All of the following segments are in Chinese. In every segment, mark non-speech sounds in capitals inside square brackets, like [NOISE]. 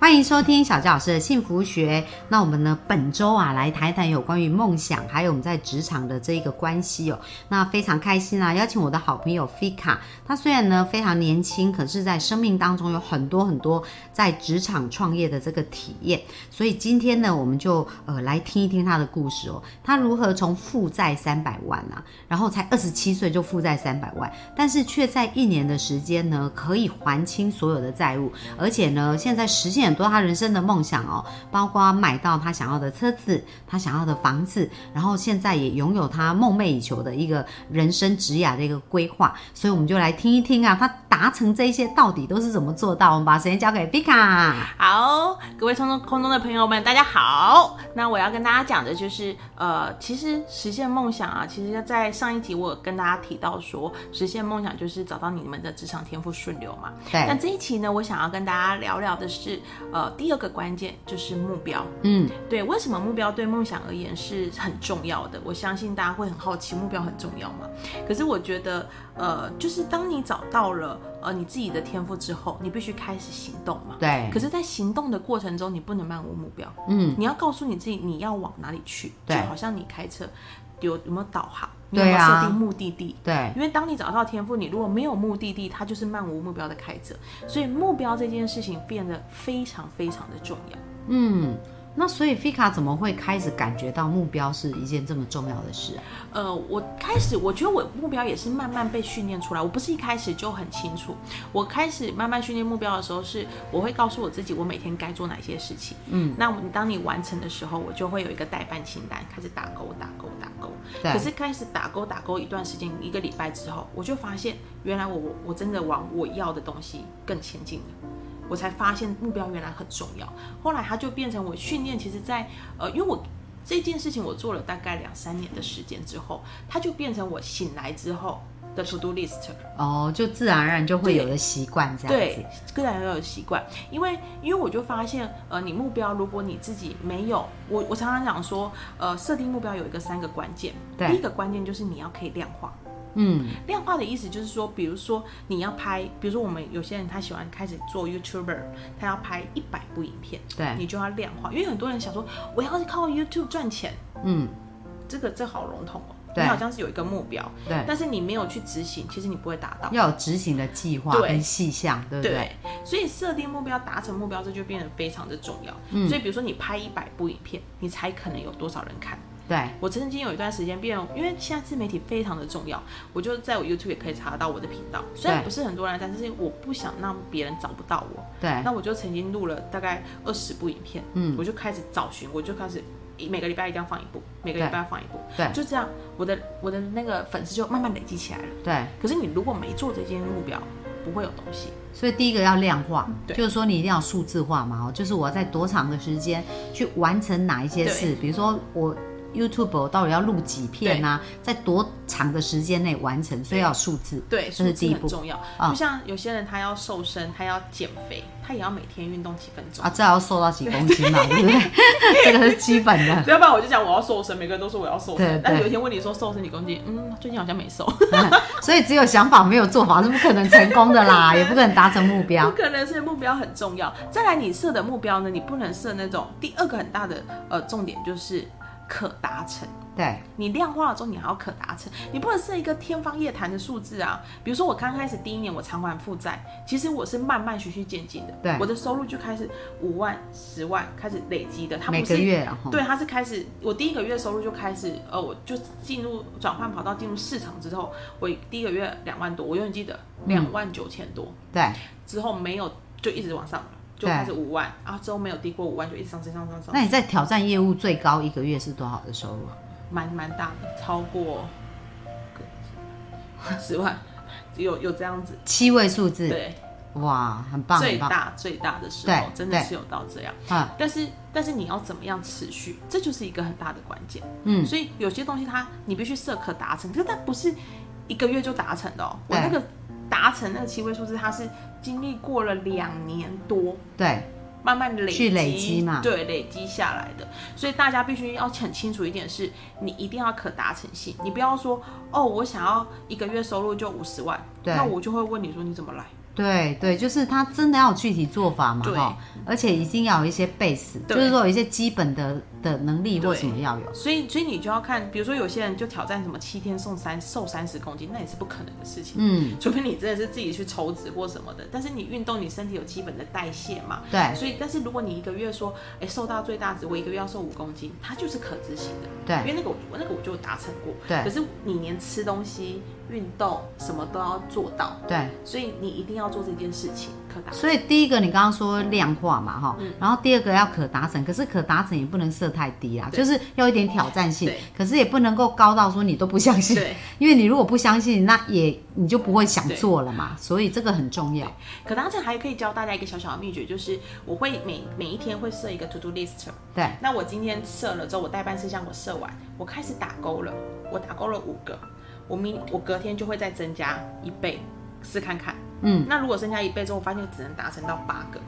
欢迎收听小纪老师的幸福学。那我们呢，本周啊，来谈一谈有关于梦想，还有我们在职场的这一个关系哦。那非常开心啊，邀请我的好朋友 Fika。他虽然呢非常年轻，可是，在生命当中有很多很多在职场创业的这个体验。所以今天呢，我们就呃来听一听他的故事哦。他如何从负债三百万啊，然后才二十七岁就负债三百万，但是却在一年的时间呢，可以还清所有的债务，而且呢，现在实现很多他人生的梦想哦，包括买到他想要的车子，他想要的房子，然后现在也拥有他梦寐以求的一个人生职涯的一个规划。所以我们就来听一听啊，他达成这些到底都是怎么做到？我们把时间交给 b i k a 好，各位空中空中的朋友们，大家好。那我要跟大家讲的就是，呃，其实实现梦想啊，其实在上一集我有跟大家提到说，实现梦想就是找到你们的职场天赋顺流嘛。那对，这一期呢，我想要跟大家聊聊的是，呃，第二个关键就是目标。嗯，对，为什么目标对梦想而言是很重要的？我相信大家会很好奇，目标很重要嘛？可是我觉得，呃，就是当你找到了呃你自己的天赋之后，你必须开始行动嘛。对可，是，在行动的过程中，你不能漫无目标，嗯，你要告诉你自己你要往哪里去，就对好像你开车有有没有导航，你有没对有啊设定目的地。对，因为当你找到天赋，你如果没有目的地，它就是漫无目标的开着。所以目标这件事情变得非常非常的重要。嗯。那所以 Fika 怎么会开始感觉到目标是一件这么重要的事啊？呃，我开始我觉得我目标也是慢慢被训练出来，我不是一开始就很清楚。我开始慢慢训练目标的时候是，我会告诉我自己我每天该做哪些事情。嗯，那我们当你完成的时候，我就会有一个代办清单，开始打勾打勾打勾。对可是开始打勾打勾一段时间，一个礼拜之后，我就发现原来我我我真的往我要的东西更前进了。我才发现目标原来很重要，后来它就变成我训练。其实在，呃，因为我这件事情我做了大概两三年的时间之后，它就变成我醒来之后的 to do list。哦，就自然而然就会有对的习惯这样子对。，个人要有习惯，因为因为我就发现，呃，你目标如果你自己没有，我我常常讲说，呃，设定目标有一个三个关键，对第一个关键就是你要可以量化。嗯，量化的意思就是说，比如说你要拍，比如说我们有些人他喜欢开始做 YouTuber，他要拍一百部影片，对，你就要量化，因为很多人想说我要靠 YouTube 赚钱，嗯，这个这好笼统哦，你对好像是有一个目标，对，但是你没有去执行，其实你不会达到。要有执行的计划对跟细项，对不对？对，所以设定目标、达成目标，这就变得非常的重要。嗯所以比如说你拍一百部影片，你才可能有多少人看。对我曾经有一段时间变，因为现在自媒体非常的重要，我就在我 YouTube 也可以查得到我的频道。虽然对不是很多人，但是我不想让别人找不到我，对那我就曾经录了大概二十部影片，嗯我就开始找寻，我就开始。每个礼拜一定要放一部，每个礼拜要放一部，对就这样，我的我的那个粉丝就慢慢累积起来了。对，可是你如果没做这些目标，不会有东西。所以第一个要量化，对就是说你一定要数字化嘛，哦就是我在多长的时间去完成哪一些事，比如说我 YouTube 我到底要录几片啊，在多长的时间内完成，所以要有数字，对，这数是字第一步很重要。嗯就像有些人他要瘦身，他要减肥，他也要每天运动几分钟。啊，这要瘦到几公斤 [LAUGHS] 嘛，对不对？ [LAUGHS] 这个是基本的， [LAUGHS] 要不然我就讲我要瘦身，每个人都说我要瘦对身，但对有一天问你说瘦身几公斤，嗯，最近好像没瘦，所以只有想法没有做法是不可能成功的 [LAUGHS] 啦，也不可能达成目标不。可能是目标很重要。再来，你设的目标呢，你不能设那种第二个很大的呃重点就是可达成。对你量化了之后，你还要可达成，你不能设一个天方夜谭的数字啊。比如说我刚开始第一年我偿还负债，其实我是慢慢循序渐进的，对我的收入就开始五万、十万开始累积的，它每不个是月了哈，对，它是开始，我第一个月收入就开始，呃，我就进入转换跑道，进入市场之后，我第一个月两万多，我永远记得嗯两万九千多，对之后没有就一直往上了，就对开始五万，然后之后没有低过五万，就一直上升上升上升，那你在挑战业务最高一个月是多少的收入啊？蛮蛮大的，超过十万，有有这样子，七位数字，对，哇，很棒，最很棒，大最大的时候对，真的对是有到这样。嗯但是但是你要怎么样持续，这就是一个很大的关键。嗯所以有些东西它你必须设可达成，可是它不是一个月就达成的哦。我对那个达成那个七位数字，他是经历过了两年多，对，慢慢累积去累积嘛对，累积下来的。所以大家必须要很清楚一点是，你一定要可达成性，你不要说哦，我想要一个月收入就五十万，对那我就会问你说你怎么来？对对，就是他真的要有具体做法嘛对哈，而且一定要有一些 base，就对是说有一些基本的的能力或对什么要有。所以，所以你就要看，比如说有些人就挑战什么七天送三瘦三十公斤，那也是不可能的事情。嗯，除非你真的是自己去抽脂或什么的，但是你运动，你身体有基本的代谢嘛。对所以，但是如果你一个月说，哎、瘦到最大值，我一个月要瘦五公斤，它就是可执行的，对因为那个我那个我就达成过。可对是你连吃东西、运动什么都要做到，对，所以你一定要做这件事情，可达。所以第一个你刚刚说量化嘛哈，嗯然后第二个要可达成，可是可达成也不能设太低啊，对就是要有一点挑战性对，可是也不能够高到说你都不相信，对，因为你如果不相信，那也你就不会想对做了嘛，所以这个很重要。可达成还可以教大家一个小小的秘诀，就是我会每每一天会设一个 to do list，对那我今天设了之后，我代办事项我设完，我开始打勾了，我打勾了五个，我明我隔天就会再增加一倍，试看看。嗯，那如果增加一倍之后，我发现只能达成到八个，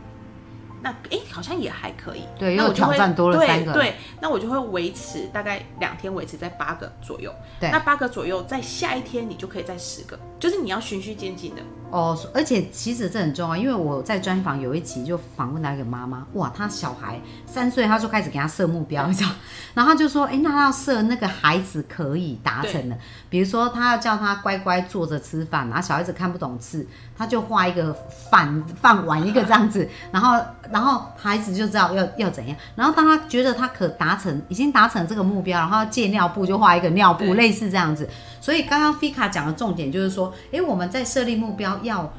那诶好像也还可以。对那又我就会挑战多了对三个对，那我就会维持大概两天，维持在八个左右。对那八个左右，在下一天你就可以再十个，就是你要循序渐进的。哦，而且其实这很重要，因为我在专访有一集就访问到一个妈妈，哇，她小孩三岁，她就开始给他设目标，你知道，然后她就说，哎，那她要设那个孩子可以达成的，比如说她要叫他乖乖坐着吃饭，然后小孩子看不懂字，她就画一个饭饭碗一个这样子，然后然后孩子就知道要要怎样，然后当他觉得他可达成，已经达成这个目标，然后戒尿布就画一个尿布，对类似这样子。所以刚刚 Fika 讲的重点就是说，诶，我们在设立目标要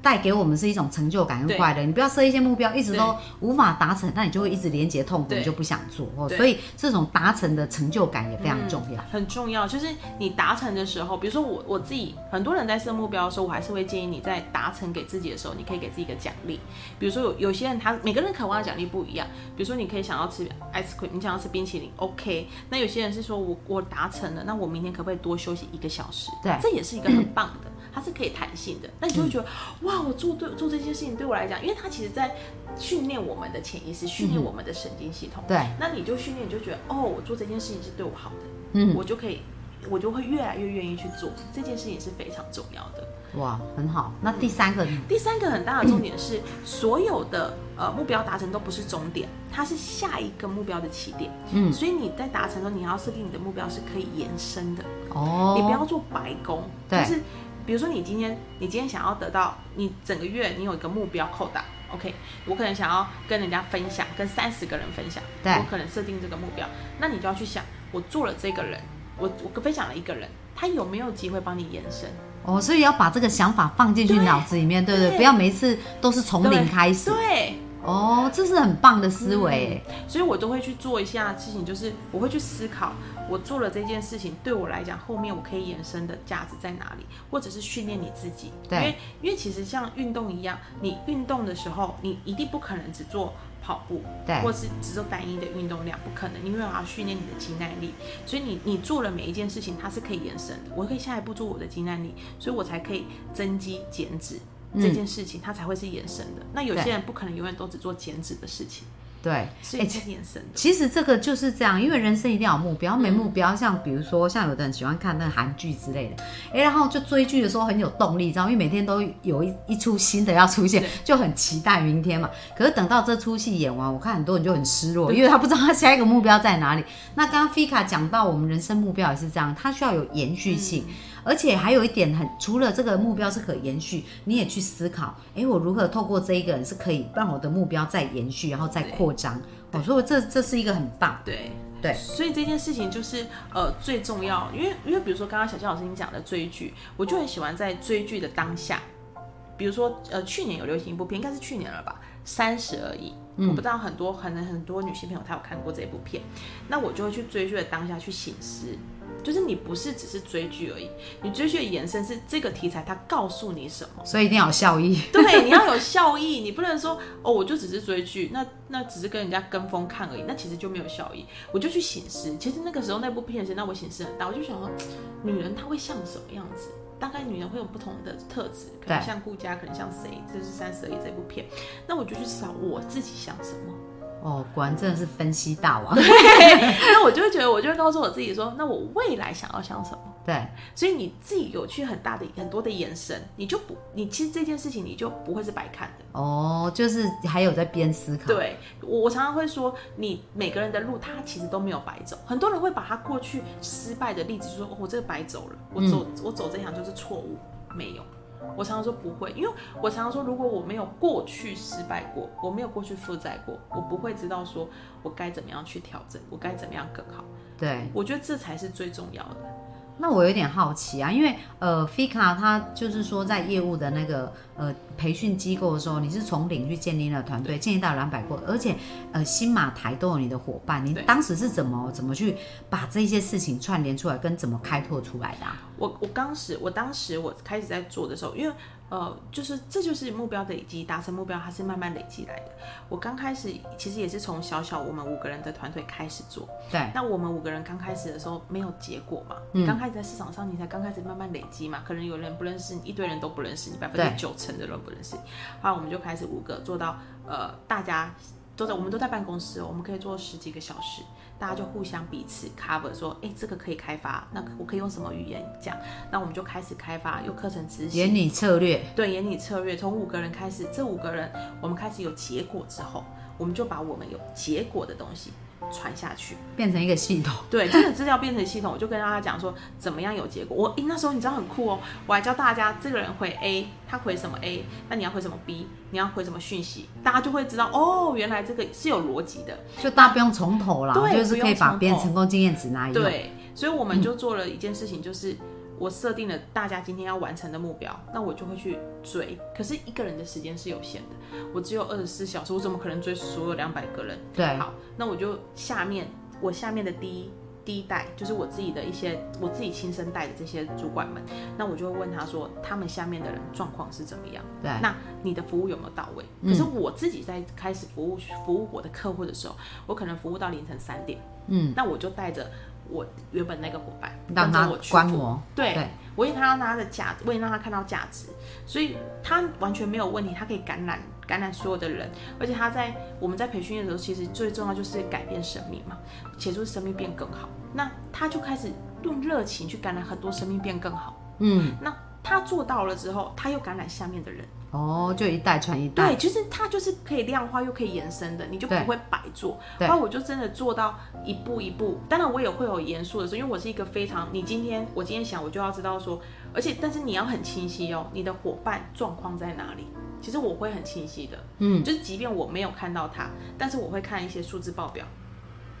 带给我们是一种成就感跟对快乐。你不要设一些目标一直对都无法达成，那你就会一直连接痛苦，对你就不想做。哦，对嗯所以这种达成的成就感也非常重要。很重要，就是你达成的时候，比如说我我自己，很多人在设目标的时候，我还是会建议你在达成给自己的时候，你可以给自己一个奖励。比如说有有些人他每个人渴望的奖励不一样，比如说你可以想要吃 ice cream，你想要吃冰淇淋，OK。那有些人是说我我达成了，那我明天可不可以多休息一个小时？对这也是一个很棒的，它是可以弹性的。那你就会觉得、哇，我做对做这件事情对我来讲，因为它其实在训练我们的潜意识，训练我们的神经系统。对，那你就训练，你就觉得哦，我做这件事情是对我好的，嗯，我就可以，我就会越来越愿意去做这件事情是非常重要的。哇，很好。那第三个，第三个很大的重点是，所有的呃目标达成都不是终点，它是下一个目标的起点。嗯，所以你在达成的时候，你要设定你的目标是可以延伸的，哦，你不要做白工，就对是比如说你今天你今天想要得到你整个月你有一个目标扣打。OK，我可能想要跟人家分享，跟三十个人分享，对我可能设定这个目标，那你就要去想，我做了这个人，我我分享了一个人，他有没有机会帮你延伸？哦，所以要把这个想法放进去对脑子里面，对不对？对不要每次都是从零对开始。对，嗯哦，这是很棒的思维。欸所以我都会去做一下事情，就是我会去思考，我做了这件事情对我来讲，后面我可以延伸的价值在哪里，或者是训练你自己。对因为因为其实像运动一样，你运动的时候，你一定不可能只做跑步，对或是只做单一的运动量，不可能，因为我要训练你的肌耐力。所以你你做了每一件事情，它是可以延伸的。我可以下一步做我的肌耐力，所以我才可以增肌减脂。嗯这件事情它才会是延伸的。那有对些人不可能永远都只做减脂的事情，对，所以这是延伸的。其实这个就是这样，因为人生一定要有目标，没目标，嗯像比如说像有的人喜欢看那个韩剧之类的，哎，然后就追剧的时候很有动力，知道吗，因为每天都有一一出新的要出现对，就很期待明天嘛。可是等到这出戏演完，我看很多人就很失落，嗯因为他不知道他下一个目标在哪里。那刚刚 Fika 讲到，我们人生目标也是这样，它需要有延续性。嗯而且还有一点很，除了这个目标是可延续，你也去思考，哎，我如何透过这一个人是可以让我的目标再延续，然后再对扩张。我说这这是一个很棒，对对所以这件事情就是呃最重要，因为因为比如说刚刚小夏老师你讲的追剧，我就很喜欢在追剧的当下，比如说呃去年有流行一部片，应该是去年了吧，《三十而已》。我不知道很多可能很多女性朋友她有看过这部片，那我就会去追剧的当下去醒思，就是你不是只是追剧而已，你追剧的延伸是这个题材它告诉你什么。所以一定要有效益。 [LAUGHS] 对，你要有效益，你不能说哦，我就只是追剧，那那只是跟人家跟风看而已，那其实就没有效益。我就去醒思，其实那个时候那部片子，那我醒思很大，我就想说，女人她会像什么样子？大概女人会有不同的特质，可对能像顾佳，可能像谁，这就是《三十而已》这部片。那我就去找我自己想什么， [LAUGHS] 哦，果然真的是分析大王。 [LAUGHS] 那我就会觉得，我就会告诉我自己说，那我未来想要想什么。对，所以你自己有去很大的很多的延伸，你就不，你其实这件事情你就不会是白看的。哦，就是还有在边思考。，对我，我常常会说，你每个人的路，他其实都没有白走。很多人会把他过去失败的例子，就说、哦、我这个白走了，我走、我走这一行就是错误，没有。我常常说不会，因为我常常说，如果我没有过去失败过，我没有过去负债过，我不会知道说我该怎么样去调整，我该怎么样更好。对，我觉得这才是最重要的。那我有点好奇啊，因为呃，Fika 他就是说在业务的那个呃培训机构的时候，你是从零去建立了团队，建立到两百个，而且呃新马台都有你的伙伴，你对当时是怎么怎么去把这些事情串联出来，跟怎么开拓出来的、啊？我我当时我当时我开始在做的时候，因为呃，就是这就是目标的累积，达成目标它是慢慢累积来的。我刚开始其实也是从小小我们五个人的团队开始做，对，嗯那我们五个人刚开始的时候没有结果嘛，你刚开始在市场上你才刚开始慢慢累积嘛，可能有人不认识你，一堆人都不认识你，百分对之九成的人不认识你。后来我们就开始五个做到呃，大家都在我们都在办公室哦，我们可以做十几个小时，大家就互相彼此 cover 说，哎，这个可以开发，那我可以用什么语言这样，那我们就开始开发，有课程执行原，理策略，对，演你策略，从五个人开始，这五个人我们开始有结果之后，我们就把我们有结果的东西传下去。变成一个系统。对，这个资料变成系统，我就跟大家讲说怎么样有结果。我、诶那时候你知道很酷哦，我还教大家这个人回 A，他回什么 A，那你要回什么 B，你要回什么讯息，大家就会知道哦，原来这个是有逻辑的。就大家不用从头啦，对就是可以把别人成功经验值拿一用。对，所以我们就做了一件事情，就是我设定了大家今天要完成的目标，那我就会去追。可是一个人的时间是有限的，我只有二十四小时，我怎么可能追所有两百个人？对好，那我就下面我下面的第一。第一代就是我自己的一些我自己亲身带的这些主管们，那我就会问他说，他们下面的人状况是怎么样？对嗯那你的服务有没有到位？可是我自己在开始服务服务我的客户的时候，我可能服务到凌晨三点，嗯，那我就带着我原本那个伙伴，让跟他着我去观服务摩。对，对我也看到他的价值，我也让他看到价值，所以他完全没有问题，他可以感染感染所有的人，而且他在我们在培训的时候，其实最重要就是改变生命嘛，协助生命变更好。那他就开始用热情去感染很多生命变更好。嗯，那他做到了之后，他又感染下面的人。哦，就一代传一代。对，就是它就是可以量化又可以延伸的，你就不对会白做。对然后我就真的做到一步一步，当然我也会有严肃的时候，因为我是一个非常，你今天我今天想我就要知道说，而且但是你要很清晰哦，你的伙伴状况在哪里。其实我会很清晰的，嗯，就是即便我没有看到他，但是我会看一些数字报表，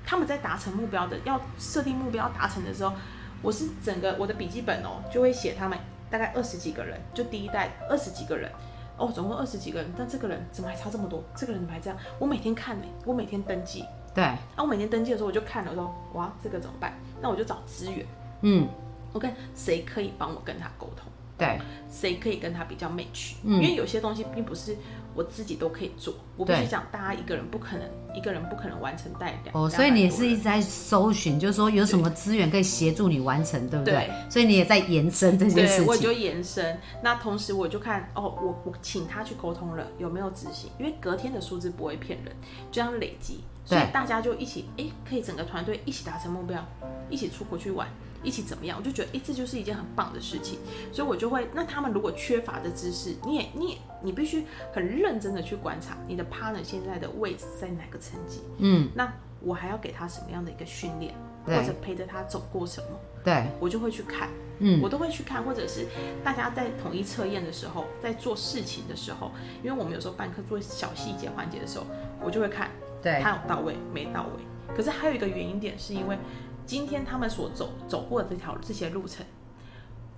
他们在达成目标的要设定目标达成的时候，我是整个我的笔记本哦就会写他们大概二十几个人，就第一代二十几个人。哦，总共二十几个人，但这个人怎么还差这么多？这个人怎么还这样？我每天看呢、我每天登记，对，啊，我每天登记的时候我就看了，我说哇，这个怎么办？那我就找资源，嗯，我看谁可以帮我跟他沟通，对，谁可以跟他比较 match，、嗯因为有些东西并不是我自己都可以做，我不对是讲大家一个人不可能，一个人不可能完成带两。哦，所以你也200多是人一直在搜寻，就是说有什么资源可以协助你完成，对不对？对所以你也在延伸这件对，事我情。就延伸。那同时我就看哦，我我请他去沟通了，有没有执行？因为隔天的数字不会骗人，这样累积，所以对大家就一起哎，可以整个团队一起达成目标，一起出国去玩，一起怎么样？我就觉得哎，这就是一件很棒的事情。所以我就会，那他们如果缺乏的知识，你也你也你必须很认真的去观察你的 partner 现在的位置在哪个层级，嗯，那我还要给他什么样的一个训练，或对者陪着他走过什么，对，我就会去看。嗯，我都会去看，或者是大家在统一测验的时候，在做事情的时候，因为我们有时候办课做小细节环节的时候，我就会看对，他有到位没到位。可是还有一个原因点，是因为今天他们所走走过的这条这些路程，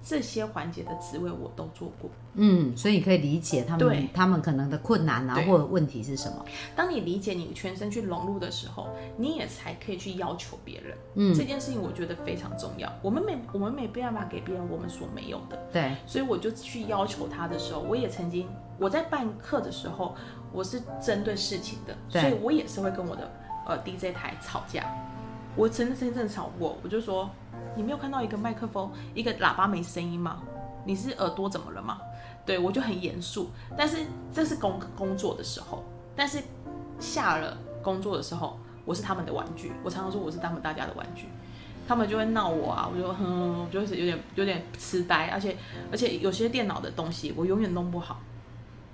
这些环节的职位我都做过。嗯，所以你可以理解他们对他们可能的困难啊，对或者问题是什么。当你理解你全身去融入的时候，你也才可以去要求别人。嗯这件事情我觉得非常重要。我们没我们没办法给别人我们所没有的。对，所以我就去要求他的时候，我也曾经我在办课的时候，我是针对事情的，对所以我也是会跟我的呃 DJ 台吵架。我真的真正吵过，我就说你没有看到一个麦克风一个喇叭没声音吗？你是耳朵怎么了吗？对我就很严肃，但是这是工工作的时候，但是下了工作的时候，我是他们的玩具，我常常说我是他们大家的玩具。他们就会闹我啊，我就哼，我就是有点有点痴呆，而且而且有些电脑的东西我永远弄不好。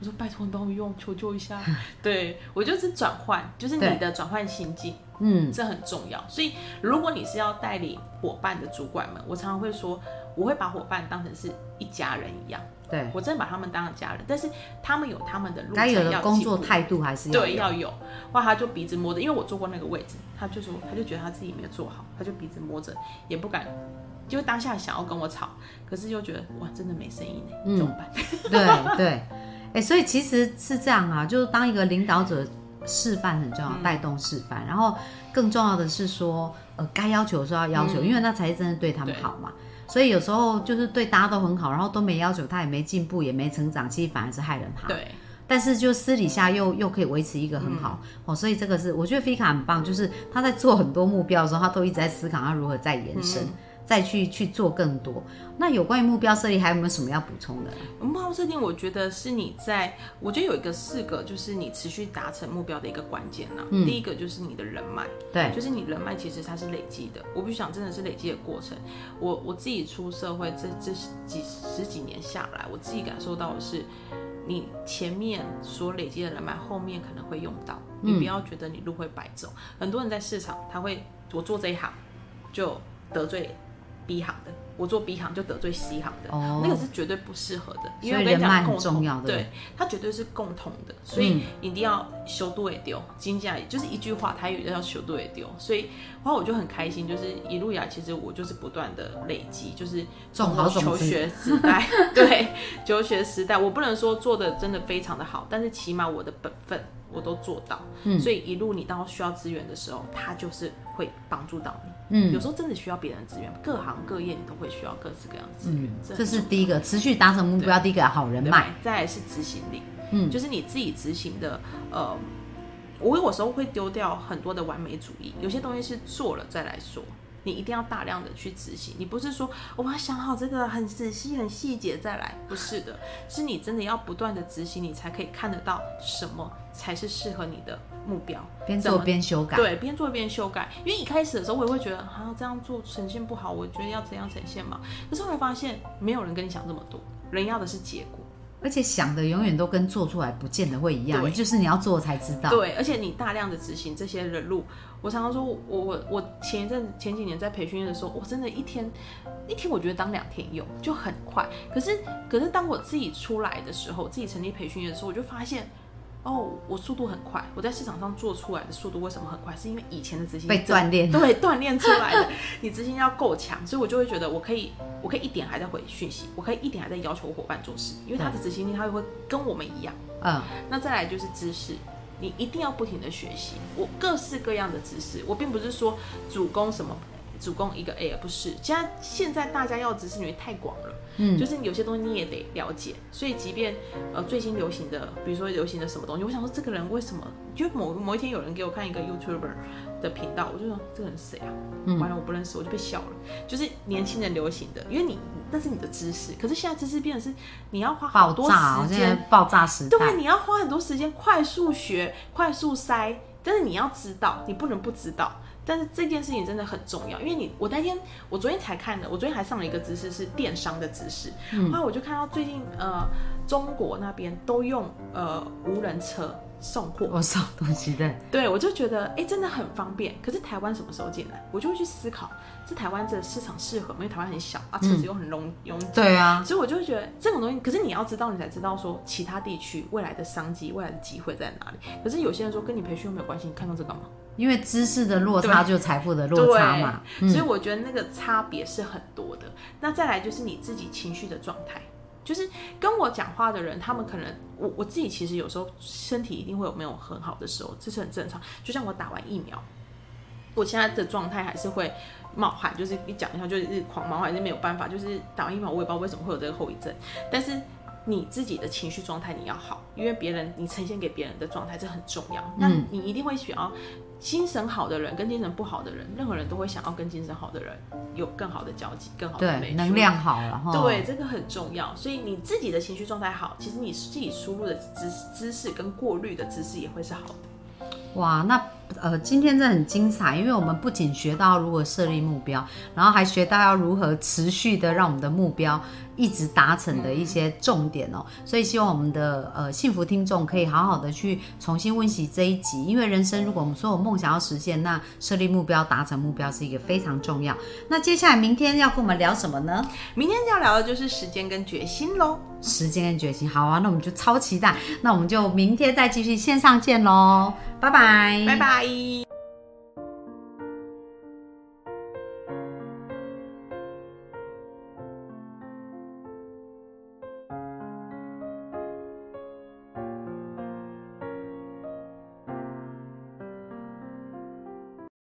我说拜托你帮我用，求救一下。嗯 [LAUGHS] 对我就是转换，就是你的转换心境，嗯，这很重要。所以如果你是要带领伙伴的主管们，我常常会说，我会把伙伴当成是一家人一样，对，我真的把他们当成家人，但是他们有他们的路该程有要的工进作步态度还是要对，有。要有。哇，他就鼻子摸着，因为我坐过那个位置，他就说，他就觉得他自己没有做好，他就鼻子摸着，也不敢，就当下想要跟我吵，可是又觉得哇，真的没声音呢，嗯怎么办？ [LAUGHS] 对对，哎、所以其实是这样啊，就是当一个领导者示范很重要，嗯带动示范，然后更重要的是说，呃，该要求的时候要要求，因为那才是真的对他们嗯对好嘛。所以有时候就是对大家都很好，然后都没要求，他也没进步，也没成长，其实反而是害人他。 [LAUGHS] 对，但是就私底下又又可以维持一个很好、嗯哦，所以这个是我觉得菲卡很棒，就是他在做很多目标的时候，他都一直在思考他如何再延伸，嗯再去去做更多。那有关于目标设立，还有没有什么要补充的？目标设定，我觉得是你在，我觉得有一个四个，就是你持续达成目标的一个关键呐、嗯第一个就是你的人脉，对，就是你人脉其实它是累积的，我必须讲真的是累积的过程。我我自己出社会这这几十几年下来，我自己感受到的是，你前面所累积的人脉，后面可能会用到。你不要觉得你路会白走，很多人在市场他会我做这一行就得罪 B 行的，我做 B 行就得罪 C 行的，哦那个是绝对不适合的，因所为以我跟人你脉讲很共重同要对对，它绝对是共同的，所以一定要修度也丢，金价也就是一句话，台语叫修度也丢，所以然后我就很开心，就是一路以来其实我就是不断的累积，就是种从好我种求子学时代，对 [LAUGHS] 求学时代，我不能说做的真的非常的好，但是起码我的本分我都做到，嗯所以一路你到需要资源的时候，他就是会帮助到你。嗯有时候真的需要别人的资源，各行各业你都会需要各式各样的资源嗯，，很这是重要第一个，持续达成目标，第一个好人对脉，再来是执行力，嗯就是你自己执行的，呃，我有时候会丢掉很多的完美主义，有些东西是做了再来说。你一定要大量的去执行，你不是说我要想好这个很仔细、很细节再来，不是的，是你真的要不断的执行，你才可以看得到什么才是适合你的目标。边怎做么边修改。对，边做边修改。因为一开始的时候，我也会觉得啊，这样做呈现不好，我觉得要怎样呈现嘛。可是后来发现，没有人跟你想这么多，人要的是结果。而且想的永远都跟做出来不见得会一样，对就是你要做才知道。对，而且你大量的执行这些的路，我常常说我，我我前一阵前几年在培训的时候，我真的一天一天，我觉得当两天用就很快。可是可是当我自己出来的时候，自己成立培训营的时候，我就发现。哦，我速度很快，我在市场上做出来的速度为什么很快？是因为以前的执行被真的锻炼对，锻炼出来 [LAUGHS] 的。你执行要够强，所以我就会觉得我可以，我可以一点还在回讯息，我可以一点还在要求伙伴做事，因为他的执行力他会跟我们一样。嗯，那再来就是知识，你一定要不停的学习，我各式各样的知识，我并不是说主攻什么。主攻一个 A 不是，现在现在大家要的知识领域太广了，嗯就是有些东西你也得了解，所以即便呃最新流行的，比如说流行的什么东西，我想说这个人为什么，就某某一天有人给我看一个 YouTuber 的频道，我就说这个人是谁啊？嗯完了我不认识，我就被笑了。就是年轻人流行的，因为你那是你的知识，可是现在知识变成是你要花好爆多炸哦，时现间在爆炸时代。对，你要花很多时间快速学、快速塞，但是你要知道，你不能不知道。但是这件事情真的很重要，因为你我那天我昨天才看的，我昨天还上了一个知识是电商的知识，后来我就看到最近呃中国那边都用呃无人车送货，我送东西的，对，我就觉得哎、诶真的很方便。可是台湾什么时候进来？我就会去思考，这台湾这个市场适合吗？因为台湾很小啊，车子又很拥拥挤。对啊，所以我就会觉得这种东西，可是你要知道，你才知道说其他地区未来的商机、未来的机会在哪里。可是有些人说跟你培训又没有关系，你看到这干嘛？因为知识的落差就财富的落差嘛。嗯对，所以我觉得那个差别是很多的。那再来就是你自己情绪的状态，就是跟我讲话的人，他们可能我我自己其实有时候身体一定会有没有很好的时候，这是很正常。就像我打完疫苗，我现在的状态还是会冒汗，就是一讲一下就是狂冒汗，就没有办法。就是打完疫苗，我也不知道为什么会有这个后遗症，但是。你自己的情绪状态你要好，因为别人你呈现给别人的状态这很重要。那嗯你一定会想要精神好的人跟精神不好的人，任何人都会想要跟精神好的人有更好的交集，更好的对，美能量好了哈。对，，这个很重要。所以你自己的情绪状态好，其实你自己输入的知知识跟过滤的知识也会是好的。哇，那呃，今天真的很精彩，因为我们不仅学到如何设立目标，然后还学到要如何持续的让我们的目标一直达成的一些重点哦。所以希望我们的呃幸福听众可以好好的去重新温习这一集，因为人生如果我们所有梦想要实现，那设立目标、达成目标是一个非常重要。那接下来明天要跟我们聊什么呢？明天要聊的就是时间跟决心喽。时间跟决心。好啊，那我们就超期待，那我们就明天再继续线上见喽，拜拜，拜拜。